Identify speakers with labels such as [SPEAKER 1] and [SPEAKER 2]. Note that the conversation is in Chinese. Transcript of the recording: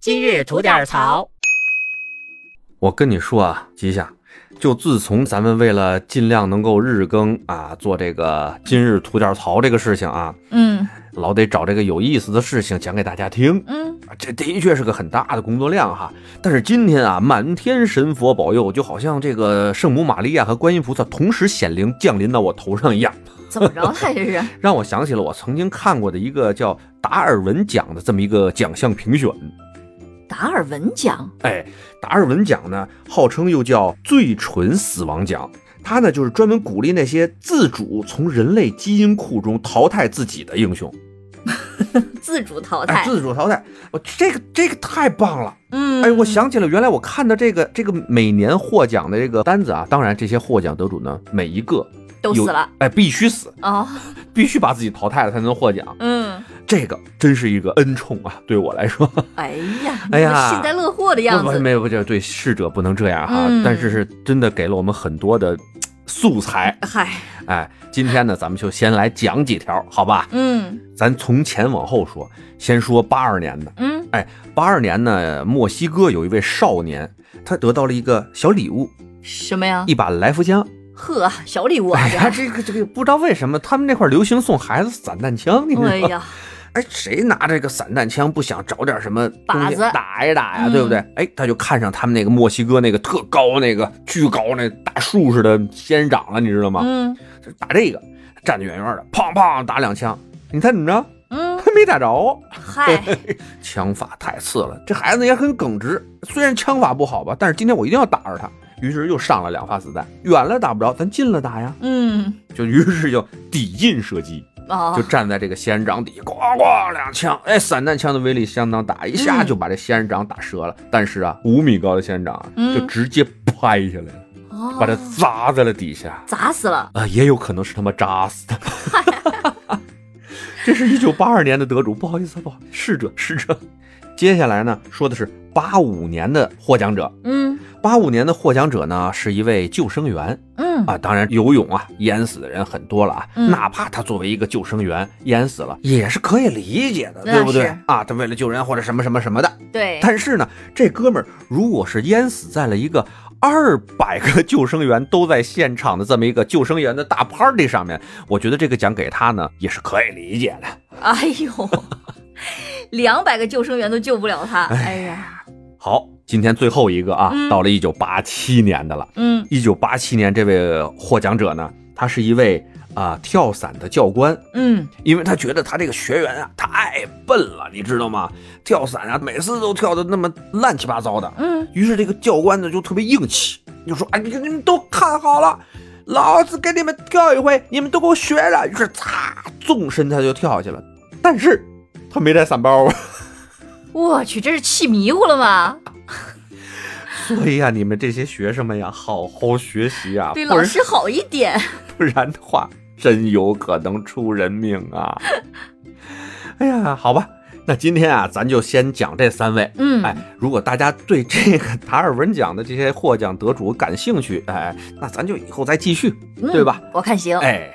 [SPEAKER 1] 今日吐点槽。
[SPEAKER 2] 我跟你说啊，吉祥，就自从咱们为了尽量能够日更啊，做这个今日吐点槽这个事情啊，
[SPEAKER 1] 嗯
[SPEAKER 2] 老得找这个有意思的事情讲给大家听。
[SPEAKER 1] 嗯，
[SPEAKER 2] 啊这的确是个很大的工作量哈，但是今天啊，满天神佛保佑，就好像这个圣母玛利亚和观音菩萨同时显灵降临到我头上一样，
[SPEAKER 1] 怎么着了这是？
[SPEAKER 2] 让我想起了我曾经看过的一个叫达尔文奖的这么一个奖项评选。
[SPEAKER 1] 达尔文奖
[SPEAKER 2] 哎，达尔文奖呢，号称又叫最纯死亡奖，它呢就是专门鼓励那些自主从人类基因库中淘汰自己的英雄，
[SPEAKER 1] 啊自主淘
[SPEAKER 2] 哎，
[SPEAKER 1] 汰。
[SPEAKER 2] 自主淘汰，我这个这个太棒了！
[SPEAKER 1] 嗯，
[SPEAKER 2] 哎，我想起了原来我看的这个这个每年获奖的这个单子啊，当然这些获奖得主呢，每一个
[SPEAKER 1] 都
[SPEAKER 2] 有
[SPEAKER 1] 死了，
[SPEAKER 2] 哎，必须死，
[SPEAKER 1] 哦。
[SPEAKER 2] 必须把自己淘汰了才能获奖，
[SPEAKER 1] 嗯，
[SPEAKER 2] 这个真是一个恩宠啊，对我来说。
[SPEAKER 1] 哎呀，
[SPEAKER 2] 哎呀
[SPEAKER 1] 你幸灾乐祸的样
[SPEAKER 2] 不不
[SPEAKER 1] 子。
[SPEAKER 2] 没有，不就对逝者不能这样哈。
[SPEAKER 1] 嗯
[SPEAKER 2] 但是是真的给了我们很多的嘖素材。
[SPEAKER 1] 嗨，
[SPEAKER 2] 哎，今天呢，咱们就先来讲几条，好吧？
[SPEAKER 1] 嗯
[SPEAKER 2] 咱从前往后说，先说八二年的。
[SPEAKER 1] 嗯，
[SPEAKER 2] 哎，八二年呢，墨西哥有一位少年，他得到了一个小礼物，
[SPEAKER 1] 什么呀？
[SPEAKER 2] 一把来福枪。
[SPEAKER 1] 呵，小礼物啊
[SPEAKER 2] 哎呀，
[SPEAKER 1] 这。
[SPEAKER 2] 这个这个不知道为什么他们那块儿流行送孩子散弹枪，你知道吗？
[SPEAKER 1] 哎呀，
[SPEAKER 2] 哎，谁拿这个散弹枪不想找点什么东
[SPEAKER 1] 靶
[SPEAKER 2] 西
[SPEAKER 1] 子
[SPEAKER 2] 打一打呀，
[SPEAKER 1] 嗯
[SPEAKER 2] 对不对？哎，他就看上他们那个墨西哥那个特高那个巨高那大树似的仙人掌了，你知道吗？
[SPEAKER 1] 嗯
[SPEAKER 2] 就打这个，站得远远的，砰砰打两枪，你猜怎么着？
[SPEAKER 1] 嗯，
[SPEAKER 2] 没打着，
[SPEAKER 1] 嗨，
[SPEAKER 2] 哎枪法太次了。这孩子也很耿直，虽然枪法不好吧，但是今天我一定要打着他。于是又上了两发子弹，远了打不着，咱近了打呀。
[SPEAKER 1] 嗯
[SPEAKER 2] 就于是就抵近射击。
[SPEAKER 1] 哦
[SPEAKER 2] 就，站在这个仙人掌底下，咣咣两枪，哎，散弹枪的威力相当大，一下就把这仙人掌打折了。但是啊，五米高的仙人掌啊
[SPEAKER 1] 嗯
[SPEAKER 2] 就直接拍下来了，把它
[SPEAKER 1] 哦
[SPEAKER 2] 砸在了底下。
[SPEAKER 1] 砸死了。
[SPEAKER 2] 啊，也有可能是他妈扎死的。 这是一九八二年的得主，不好意思，不好意思，逝者，逝者。接下来呢，说的是八五年的获奖者。
[SPEAKER 1] 嗯
[SPEAKER 2] 八五年的获奖者呢，是一位救生员，
[SPEAKER 1] 嗯，
[SPEAKER 2] 啊，当然游泳啊，淹死的人很多了啊，
[SPEAKER 1] 嗯
[SPEAKER 2] 哪怕他作为一个救生员淹死了，也是可以理解的，
[SPEAKER 1] 那
[SPEAKER 2] 对不对
[SPEAKER 1] 是哎
[SPEAKER 2] 啊？他为了救人或者什么什么什么的，
[SPEAKER 1] 对，
[SPEAKER 2] 但是呢，这哥们儿如果是淹死在了一个二百个救生员都在现场的这么一个救生员的大 party 上面，我觉得这个奖给他呢也是可以理解的。
[SPEAKER 1] 哎呦，两百个救生员都救不了他。哎呀，
[SPEAKER 2] 好，今天最后一个啊，
[SPEAKER 1] 嗯
[SPEAKER 2] 到了一九八七年的了。
[SPEAKER 1] 嗯
[SPEAKER 2] 一九八七年，这位获奖者呢，他是一位啊、跳伞的教官，
[SPEAKER 1] 嗯
[SPEAKER 2] 因为他觉得他这个学员啊太笨了，你知道吗？跳伞啊，每次都跳的那么乱七八糟的。
[SPEAKER 1] 嗯，
[SPEAKER 2] 于是这个教官呢就特别硬气，就说：“哎，你看你们都看好了，老子给你们跳一回，你们都给我学着。”于是嚓，纵身他就跳下去了。但是他没带伞包啊，
[SPEAKER 1] 我去，这是气迷糊了吗？
[SPEAKER 2] 所以啊，你们这些学生们呀，好好学习啊，
[SPEAKER 1] 对
[SPEAKER 2] 不
[SPEAKER 1] 老
[SPEAKER 2] 然
[SPEAKER 1] 师好一点。
[SPEAKER 2] 不然的话，真有可能出人命啊！ 哎呀，好吧，那今天啊，咱就先讲这三位。
[SPEAKER 1] 嗯，
[SPEAKER 2] 哎，如果大家对这个达尔文奖的这些获奖得主感兴趣，哎，那咱就以后再继续，
[SPEAKER 1] 嗯
[SPEAKER 2] 对吧？？
[SPEAKER 1] 我看行。
[SPEAKER 2] 哎，